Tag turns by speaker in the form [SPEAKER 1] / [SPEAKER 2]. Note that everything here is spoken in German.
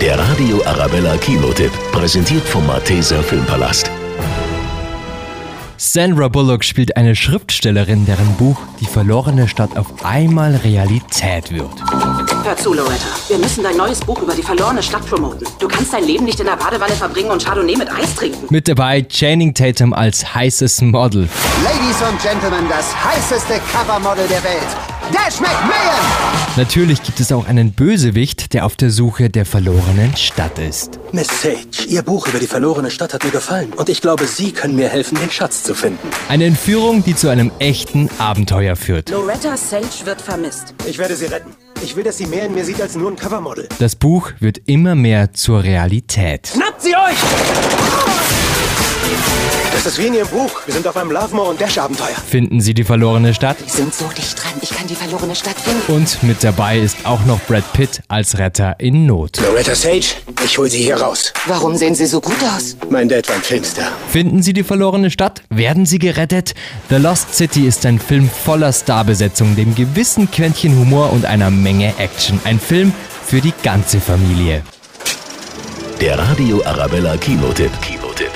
[SPEAKER 1] Der Radio Arabella Kinotipp, präsentiert vom Malteser Filmpalast.
[SPEAKER 2] Sandra Bullock spielt eine Schriftstellerin, deren Buch Die verlorene Stadt auf einmal Realität wird.
[SPEAKER 3] Hör zu, Loretta. Wir müssen dein neues Buch über die verlorene Stadt promoten. Du kannst dein Leben nicht in der Badewanne verbringen und Chardonnay mit Eis trinken.
[SPEAKER 2] Mit dabei Channing Tatum als heißes Model.
[SPEAKER 4] Ladies und Gentlemen, das heißeste Covermodel der Welt. Dash McMahon!
[SPEAKER 2] Natürlich gibt es auch einen Bösewicht, der auf der Suche der verlorenen Stadt ist.
[SPEAKER 5] Miss Sage, Ihr Buch über die verlorene Stadt hat mir gefallen und ich glaube, Sie können mir helfen, den Schatz zu finden.
[SPEAKER 2] Eine Entführung, die zu einem echten Abenteuer führt.
[SPEAKER 3] Loretta Sage wird vermisst.
[SPEAKER 5] Ich werde Sie retten. Ich will, dass sie mehr in mir sieht als nur ein Covermodel.
[SPEAKER 2] Das Buch wird immer mehr zur Realität.
[SPEAKER 5] Schnappt sie euch! Das ist wie in Ihrem Buch. Wir sind auf einem Lovemore und Dash-Abenteuer.
[SPEAKER 2] Finden Sie die verlorene Stadt?
[SPEAKER 3] Sind so dicht dran. Ich kann die verlorene Stadt finden.
[SPEAKER 2] Und mit dabei ist auch noch Brad Pitt als Retter in Not.
[SPEAKER 5] Loretta Sage, ich hol Sie hier raus.
[SPEAKER 3] Warum sehen sie so gut aus?
[SPEAKER 5] Mein Dad war ein Filmstar.
[SPEAKER 2] Finden Sie die verlorene Stadt? Werden Sie gerettet? The Lost City ist ein Film voller Starbesetzung, dem gewissen Quäntchen Humor und einer Menge Action. Ein Film für die ganze Familie.
[SPEAKER 1] Der Radio Arabella Kinotipp, Kinotipp.